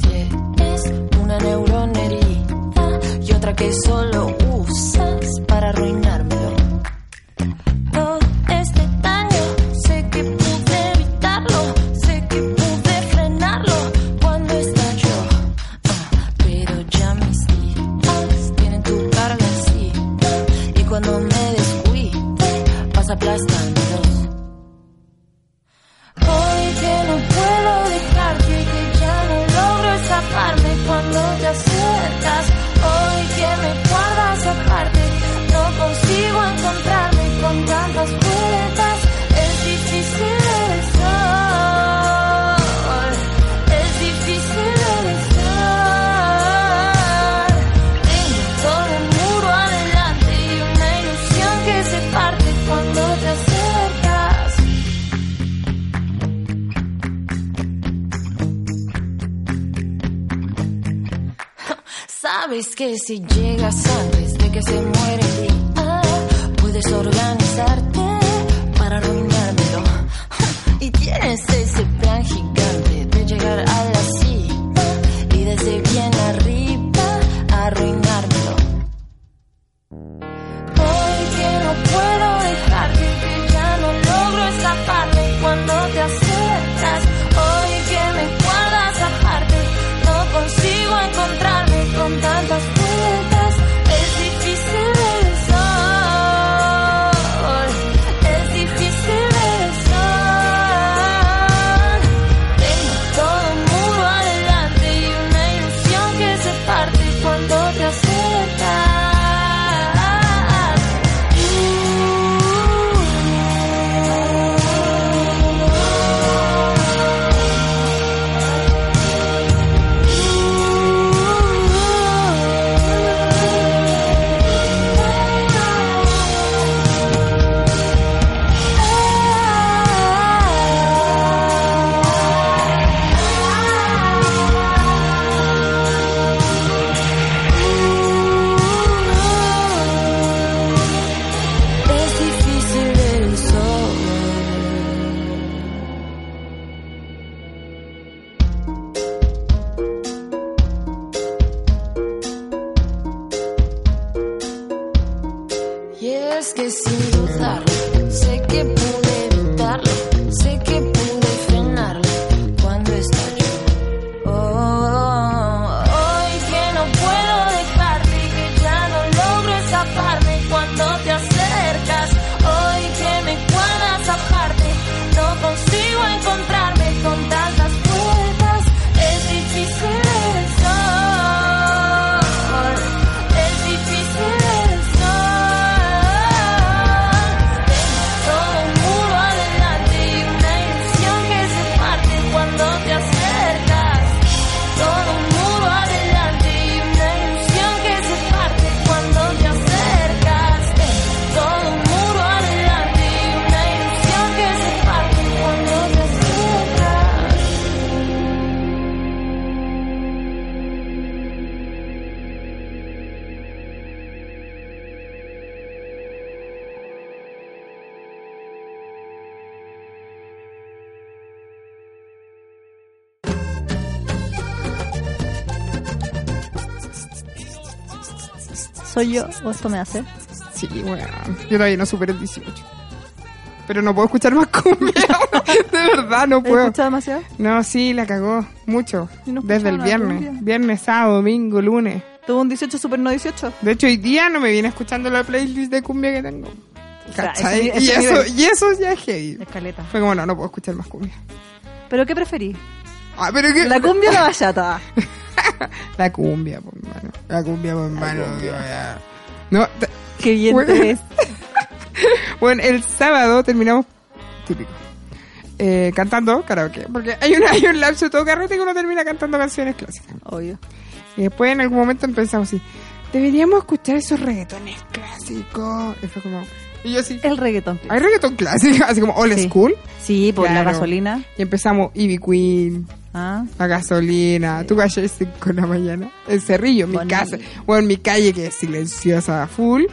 Tienes una neurona herida y otra que solo usas para arruinármelo. Todo este daño, sé que pude evitarlo, sé que pude frenarlo cuando estalló. Ah, pero ya mis días tienen tu carga encima y cuando me descuide vas aplastándolos. Hoy que no puedo dejarte y que ya no logro escaparme cuando te acercas. Hoy que me guardas aparte, no consigo encontrarme con tantas vueltas. Es difícil el sol, es difícil el sol. Tengo todo el muro adelante y una ilusión que se parte cuando te acercas. Sabes que si llegas antes de que se muere el día, puedes organizarte para arruinármelo. Y tienes ese plan gigante de llegar a la cima y desde bien arriba arruinármelo. Hoy que no puedo dejarte, que ya no logro escaparme cuando te acercas. Oh, Hoy que me guardas aparte, no consigo encontrarme con tantas vueltas. Es difícil el sol, es difícil el sol. Tengo todo un muro adelante y una ilusión que se parte cuando te acercas. Es difícil el sol. Y es que sin dudarlo, sé que pude evitarlo, sé que pude frenarlo cuando estalló. Oh, hoy que no puedo dejarte y que ya no logro escaparme cuando te acercas. Hoy que me guardas aparte, no consigo encontrarme con tantas vueltas. Es difícil el sol, es difícil el sol. Tengo todo el muro adelante y una ilusión que se parte cuando te acercas. Todo un muro adelante y una ilusión que se parte cuando te acercas. Todo un muro adelante y una ilusión que se parte cuando te acercas. Soy yo, o esto me hace. Sí, weón. Yo todavía no supero el 18. Pero no puedo escuchar más cumbia. de verdad, no ¿He puedo. escuchado demasiado? No sí, la cagó. Mucho. Y no Desde el escuchaba viernes. cumbia. Viernes, sábado, domingo, lunes. Tuvo un 18 super no 18. De hecho, hoy día no me viene escuchando la playlist de cumbia que tengo. sea, ¿Cachai? ese- ese y, eso, nivel. y eso ya es heavy. Escaleta. Fue como, no, no puedo escuchar más cumbia. ¿Pero qué preferís? Ah, pero que... ¿La cumbia o la bachata? La cumbia, por mano. La cumbia, por mano. ya. No, t- Qué bien Bueno. te ves. bueno, el sábado terminamos típico. eh, cantando karaoke. Porque hay, una, hay un lapso todo carrete que uno termina cantando canciones clásicas. Obvio. Y después en algún momento empezamos así. deberíamos escuchar esos reggaetones clásicos. Y fue como, y yo así, El reggaetón. ¿hay reggaetón clásico? Así como old Sí. school. Sí, por la Claro. gasolina. Y empezamos Ivy Queen, Ah. la gasolina, tú calles 5 de la mañana, el cerrillo, mi Bonito. casa, bueno, mi calle que es silenciosa full,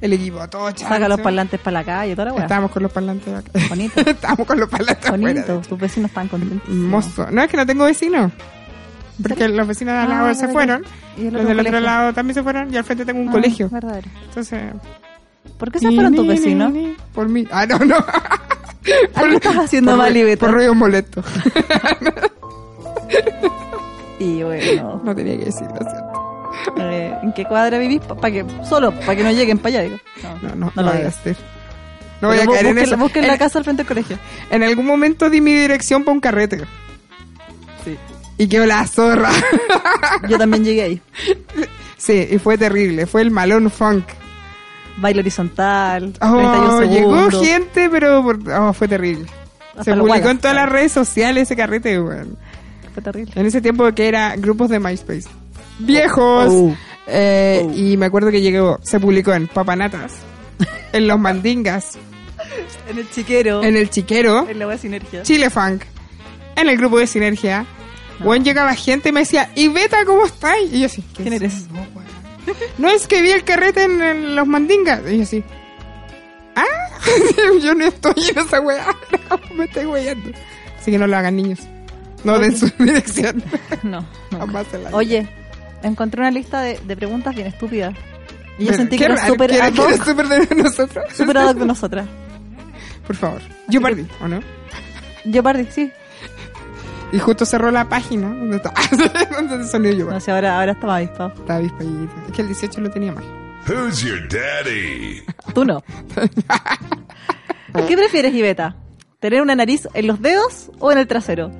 el equipo todo chancho. Saca los parlantes para la calle, toda la weá. Estábamos con los parlantes acá. Bonito. Estábamos con los parlantes afuera, de Bonito. hecho. Tus vecinos están contentos. Hermoso. No, es que no tengo vecinos. Porque los vecinos de al Ah, lado se verdad. fueron, Y el los otro del otro colegio. lado también se fueron, y al frente tengo un Ah, colegio. Verdadero. Entonces. ¿Por qué se fueron tus Ni, ni, vecinos? ni, Por mí. Ah, no, no. Algo estás haciendo por, mal, ruido- Iveta. Por ruido molesto. Y bueno, No tenía que decirlo, ¿cierto? eh, ¿en qué cuadra vivís? Pa- pa' que, solo, para que no lleguen para allá. Digo. No, no, no, lo voy a digas. hacer. No voy a Pero bu- caer en busquen- eso. Eh. Busquen en, la casa al frente del colegio. en algún momento di mi dirección para un carrete. Sí. Y quedó la zorra. Yo también llegué ahí. sí, y fue terrible. Fue el malón funk. Baile horizontal, Oh, 31 llegó segundos. gente, pero por- oh, fue terrible. Hasta Se los publicó guagas, en todas claro. las redes sociales ese carrete, weón. Fue terrible. En ese tiempo que era grupos de MySpace. Viejos. Oh. Eh, Oh. Y me acuerdo que llegó, se publicó en Papanatas, en Los Mandingas, En el chiquero, en, en El Chiquero, la wea sinergia. Chile Funk, en el grupo de Sinergia. Ah. Weón, llegaba gente y me decía, ¿y Beta cómo estás? Y yo así, ¿qué ¿Quién es eres? No es que vi el carrete en, en los mandingas. Y yo así. ¡Ah! yo no estoy en esa weá. No, me estoy weyando. Así que no lo hagan, niños. No den su dirección. No, no. Jamás se la hagan. Oye, encontré una lista de, de preguntas bien estúpidas. Y yo Pero, qué sentí que era raro, súper ¿quiere- ad quiere hoc, súper de nosotros? súper ad hoc de nosotras. Por favor. Yo perdí, ¿o no? Yo perdí, sí. Y justo cerró la página. ¿Dónde está? ¿Dónde salió yo? No sé, ahora, ahora estaba avispado. Estaba avispadita. Es que el 18 lo tenía mal. Who's your daddy? Tú no. ¿Qué prefieres, Iveta? ¿Tener una nariz en los dedos o en el trasero?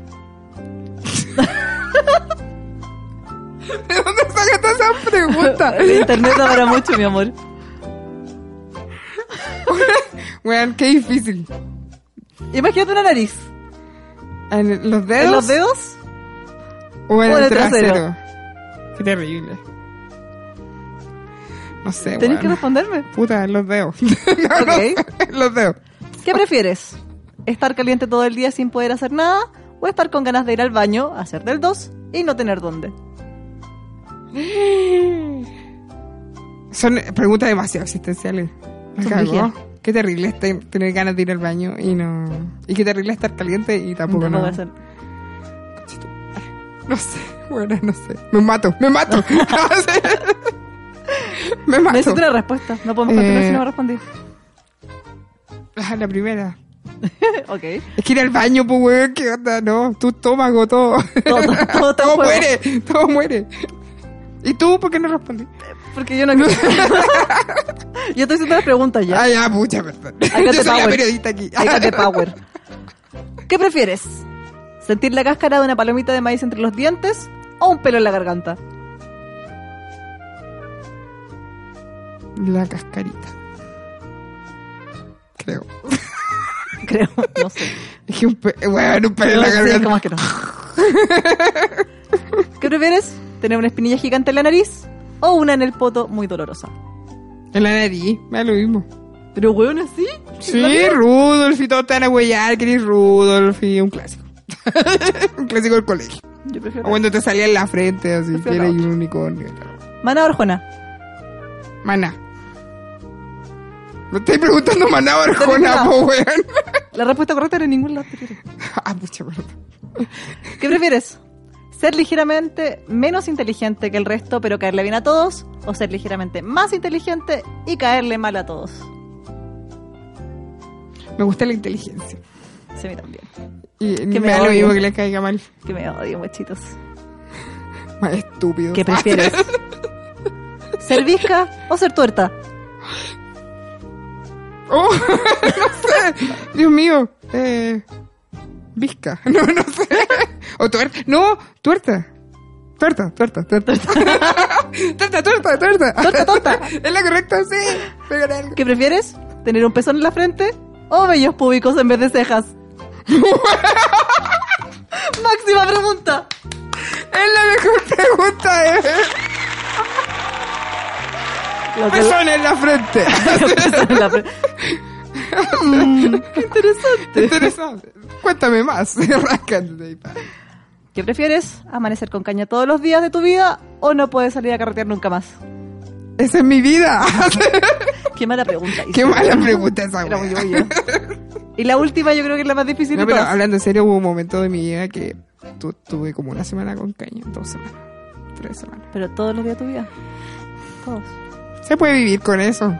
¿De dónde sacaste esa pregunta? El internet da para mucho, mi amor. Weón, qué difícil. Imagínate una nariz. ¿En los dedos? ¿En los dedos? O en O el, en el trasero. trasero. Qué terrible. No sé, Tenés que weón. responderme. Puta, en los dedos. No, no sé, Ok. en los dedos. ¿Qué prefieres? ¿Estar caliente todo el día sin poder hacer nada? ¿O estar con ganas de ir al baño, hacer del 2 y no tener dónde? Son preguntas demasiado existenciales. Me Son cagó. brígidas. Qué terrible es te- tener ganas de ir al baño y no. Y qué terrible estar caliente y tampoco No no. puedo hacer- No sé, bueno, no sé. Me mato, me mato. me mato. Necesito una respuesta. No podemos continuar Eh. si no me respondí. Ah, la primera. ok. Es que ir al baño, pues, weón, qué onda, no. Tu estómago, todo. Todo, todo, todo, todo todo juego. muere, todo muere. ¿Y tú por qué no respondí? Porque yo no creo. yo estoy haciendo las preguntas ya. Ah, ya, pucha, perdón. I Yo soy got the la power. periodista aquí. I got the power. ¿Qué prefieres? ¿Sentir la cáscara de una palomita de maíz entre los dientes o un pelo en la garganta? La cascarita. Creo. Creo, no sé. Es que un pe... Bueno, un pelo en la Sí, garganta. ¿cómo es que no? ¿Qué prefieres? ¿Tener una espinilla gigante en la nariz o una en el poto muy dolorosa? En la nariz, me da lo mismo. Pero weón, así. Sí, Rudolf y todo te van a huellar, que eres Rudolf y un clásico. un clásico del colegio. Yo O prefiero. cuando te salía en la frente, así, que Prefiero eres la un unicornio. Mana Orjona. Maná. Me estoy preguntando Maná o Arjona, Terminado. po, weón. La respuesta correcta era en ningún lado. ah, pucha, perdón. ¿Qué prefieres? ¿Ser ligeramente menos inteligente que el resto pero caerle bien a todos? ¿O ser ligeramente más inteligente y caerle mal a todos? Me gusta la inteligencia. Sí, a mí también. Y me, me da lo odio. mismo que le caiga mal. Que me odio, muchitos. Más estúpido. ¿Qué prefieres? ¿Ser visca o ser tuerta? Oh, no sé. Dios mío. Eh, visca. No, no sé. O tuerta. No, tuerta. Tuerta, tuerta, tuerta. tuerta, tuerta, tuerta. Tuerta, tuerta. Es la correcta, sí. Me gané algo. ¿Qué prefieres? ¿Tener un pezón en la frente o vellos públicos en vez de cejas? Máxima pregunta. Es la mejor pregunta, eh. Los de la- Pezón en la frente. los pezones en la frente. Mm, qué interesante. Interesante. Cuéntame más. Rascate. ¿Qué prefieres? ¿Amanecer con caña todos los días de tu vida o no puedes salir a carretear nunca más? Esa es mi vida. Qué mala pregunta. hice. Qué mala pregunta esa. Era wea. muy obvia. Y la última yo creo que es la más difícil No, de pero todas. hablando en serio, hubo un momento de mi vida que tu- tuve como una semana con caña, dos semanas, tres semanas. Pero todos los días de tu vida. Todos. Se puede vivir con eso.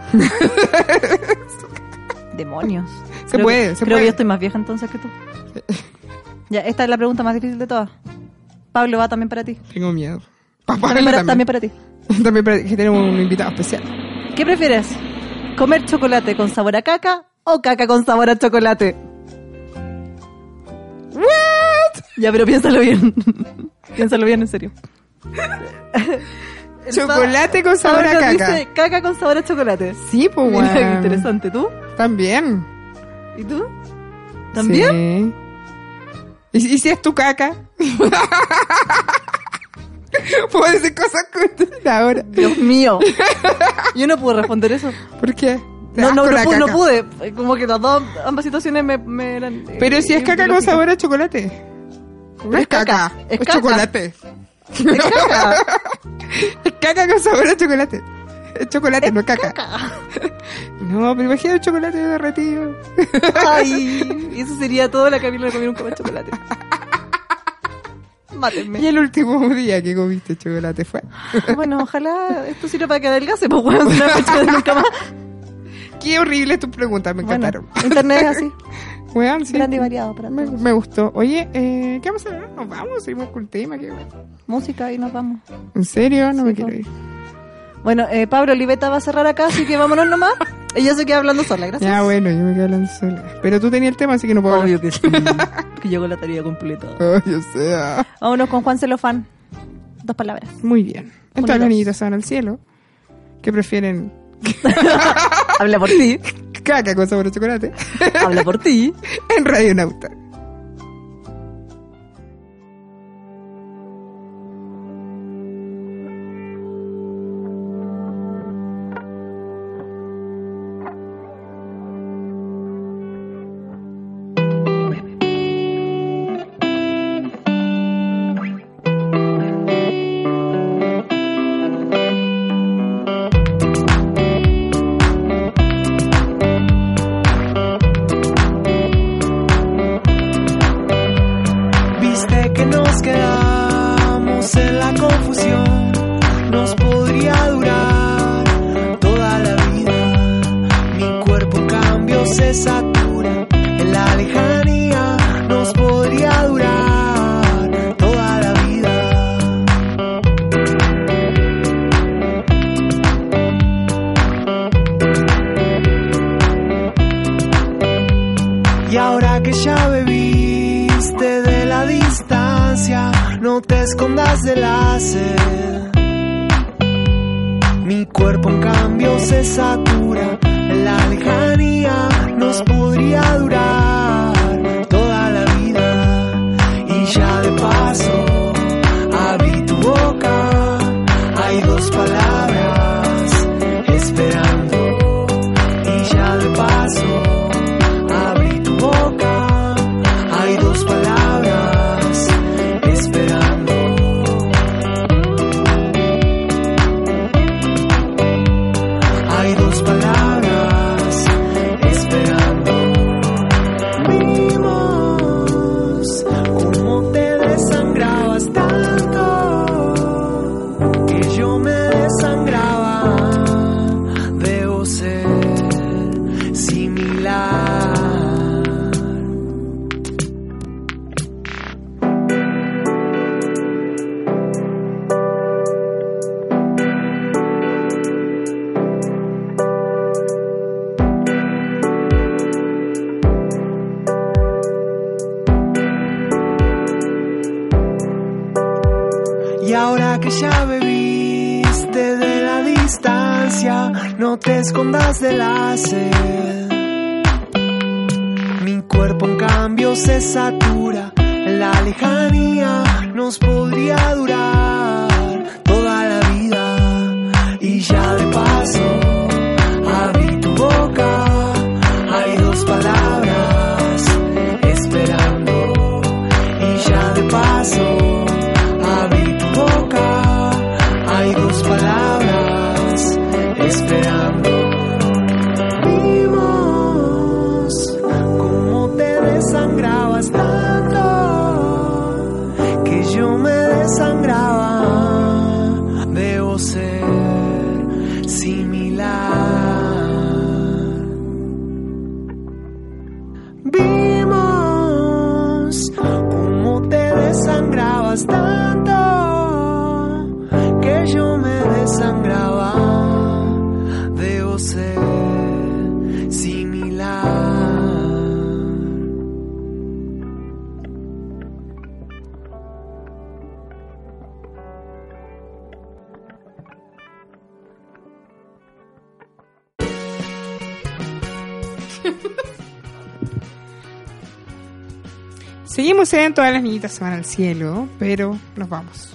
Demonios. Se Creo puede, que- se Creo que puede. yo estoy más vieja entonces que tú. Ya, esta es la pregunta más difícil de todas. Pablo, va también para ti. Tengo miedo. Papá, También para, también. también También, para ti. para- que tenemos un invitado especial. ¿Qué prefieres? ¿Comer chocolate con sabor a caca o caca con sabor a chocolate? ¿What? Ya, pero piénsalo bien. piénsalo bien, en serio. El Chocolate con sabor a nos caca. Dice caca con sabor a chocolate. Sí, pues, Mira, qué weón. interesante. ¿Tú? También. ¿Y tú? ¿También? Sí. ¿Y, si- y si es tu caca? Puedo decir cosas con ahora. Dios mío. Yo no pude responder eso. ¿Por qué? ¿Te No, das no, con no, la pude, no caca? pude. Como que las dos, ambas situaciones me, me eran. eh, Pero si es caca con ideológicas. sabor a chocolate. No es caca, es es, caca. chocolate. Es caca. Es caca con sabor a chocolate. Es chocolate, no es caca. No, pero imagina un chocolate derretido. Ay, y eso sería todo la Camila de comer un comer chocolate. Y Mátenme. el último día que comiste chocolate fue. Bueno, ojalá esto sirva para que adelgase, pues bueno, si no fecha nunca más. Qué horrible tus preguntas, me Bueno, encantaron. internet es así, Weón, sí. grande y variado para Me, todos. me gustó. Oye, eh, ¿qué vamos a hablar? Nos vamos, seguimos con el tema. Qué bueno. Música y nos vamos. ¿En serio? No me quiero po. ir. Bueno, eh, Pablo Oliveta va a cerrar acá, así que vámonos nomás. Ella se queda hablando sola, gracias. Ya, bueno, yo me quedo hablando sola. Pero tú tenías el tema, así que no puedo hablar. Obvio que sí. que yo con la tarea completa. Obvio sea. Vámonos con Juan Celofán. Dos palabras. Muy bien. Unidos. Entonces las niñitas se van al cielo. ¿Qué prefieren? Habla por ti. Caca con sabor a chocolate. Habla por ti. en Radio Nauta. Viste que nos quedamos en la confusión. Nos podría durar toda la vida. Mi cuerpo en cambio se satura. En la lejanía nos podría durar toda la vida. Y ahora que ya bebiste de la distancia, no te escondas del hacer. Mi cuerpo en cambio se satura, la lejanía nos podría durar toda la vida. Y ya de paso, abrí tu boca, hay dos palabras esperando. Y ya de paso, Abrí tu boca, hay dos palabras esperando. Hay dos palabras esperando. Vimos cómo te desangrabas tanto que yo me desangraba. Debo ser similar. Y ahora que ya bebiste de la distancia, no te escondas del hacer. Mi cuerpo en cambio se satura, la lejanía nos podría durar toda la vida. Y ya de paso, eh, Seguimos en todas las niñitas se van al cielo, pero nos vamos.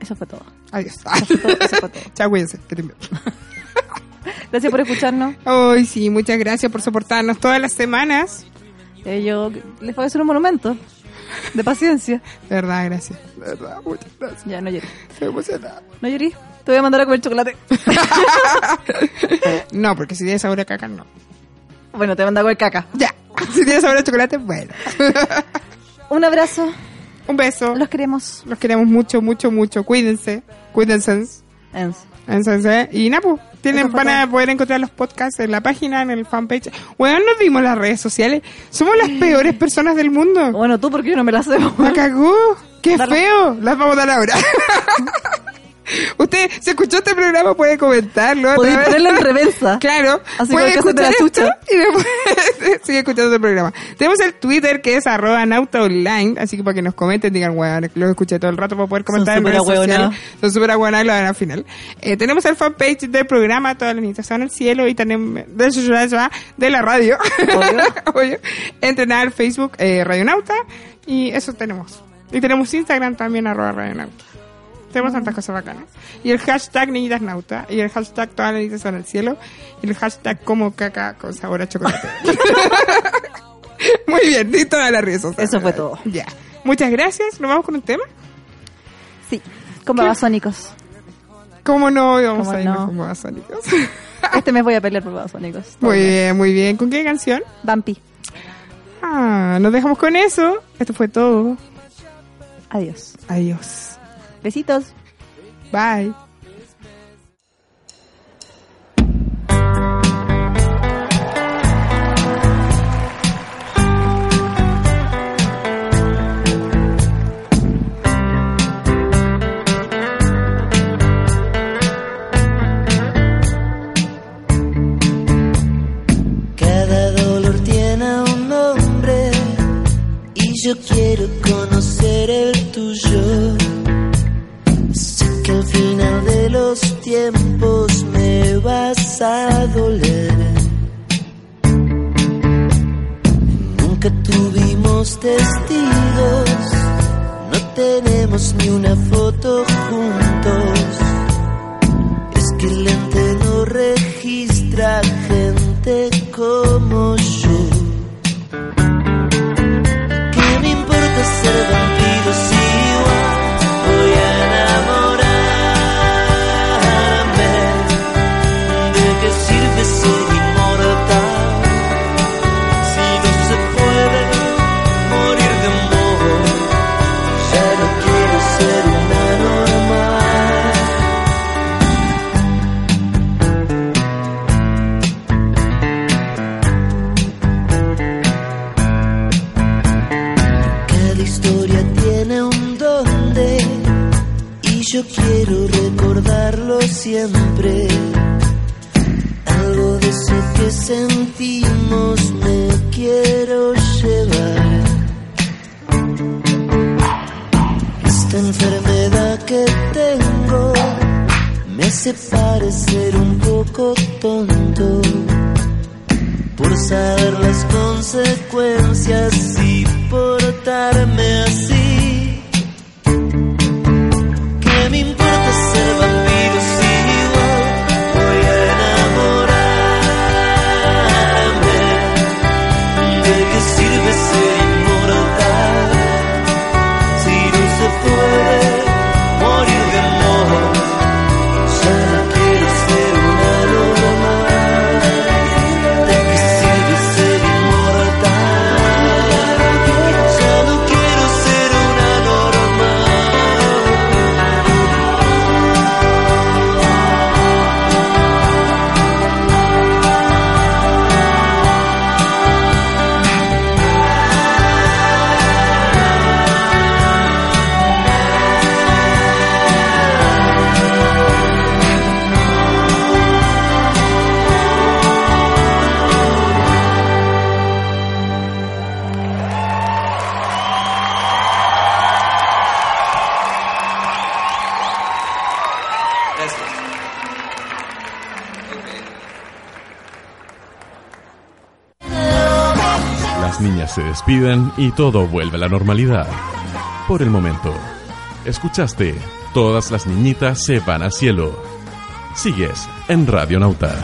Eso fue todo. Adiós. Eso fue todo. Chao, cuídense. Que estén bien. Gracias por escucharnos. Ay, sí, muchas gracias por soportarnos todas las semanas. Eh, yo les voy a hacer un monumento de paciencia. De verdad, gracias. De verdad, muchas gracias. Ya, no lloré. Estoy emocionada. No lloré. Te voy a mandar a comer chocolate. No, porque si tienes sabor a caca, no. bueno, te voy a mandar a comer caca. Ya. Si tienes sabor a chocolate, bueno. Un abrazo. Un beso. Los queremos. Los queremos mucho, mucho, mucho. Cuídense. Cuídense. Ens. Entonces, y Napu, tienen, Eso fue van a todo. poder encontrar los podcasts en la página, en el fanpage. Bueno, nos dimos las redes sociales. Somos las peores personas del mundo. Bueno, tú porque yo no me la sé. ¡La cagó! ¡Qué Dar- feo! Las vamos a dar ahora. Usted, si escuchó este programa, puede comentarlo. a Podéis través- ponerlo en reversa. Claro, Así puede cualquier cosa te escuchar la esto chucha. y después sigue escuchando el programa. Tenemos el Twitter que es arroba nauta online, así que para que nos comenten, digan, weón, lo escuché todo el rato para poder comentar en súper redes sociales. ahueonados. Son súper aguanados y lo dan al final. Eh, tenemos el fanpage del programa, todas las niñas en el cielo y tenemos de la radio. Obvio. Entrenar Facebook, eh, Radio Nauta y eso tenemos. Y tenemos Instagram también, arroba Radio Nauta. Tenemos tantas cosas bacanas. Y el hashtag niñitas nauta. Y el hashtag todas las niñitas van al cielo. Y el hashtag como caca con sabor a chocolate. Muy bien, y todas las redes sociales. Eso fue todo. Ya. Muchas gracias. Nos vamos con un tema. Sí, con babasónicos. ¿Cómo no? Y Vamos ¿Cómo a irnos no? con Babasónicos. Este mes voy a pelear por babasónicos. muy bien, muy bien. ¿Con qué canción? Bampi. Ah, nos dejamos con eso. Esto fue todo. Adiós. Adiós. Besitos. Bye. Cada dolor tiene un nombre y yo quiero conocer el tuyo. Sé que al final de los tiempos me vas a doler. Nunca tuvimos testigos, no tenemos ni una foto juntos. Es que el lente no registra gente como yo. ¿Qué me importa ser vampiro si igual voy a enamorarme? ¿De qué sirve ser inmortal si no se puede morir de amor? Ya no quiero ser una normal. Cada historia tiene un donde y yo quiero recordarlo siempre. Algo de eso que sentimos me quiero llevar. Esta enfermedad que tengo me hace parecer un poco tonto por saber las consecuencias y portarme así. ¿Qué me importa ser vampiro si igual voy a enamorarme? ¿De qué sirve ser inmortal si no se puede morir de amor? Ya no quiero ser una normal. ¿De qué sirve ser inmortal? Ya no quiero ser una normal. las niñas se despiden y todo vuelve a la normalidad. Por el momento, escuchaste, todas las niñitas se van al cielo. Sigues en Radio Nauta.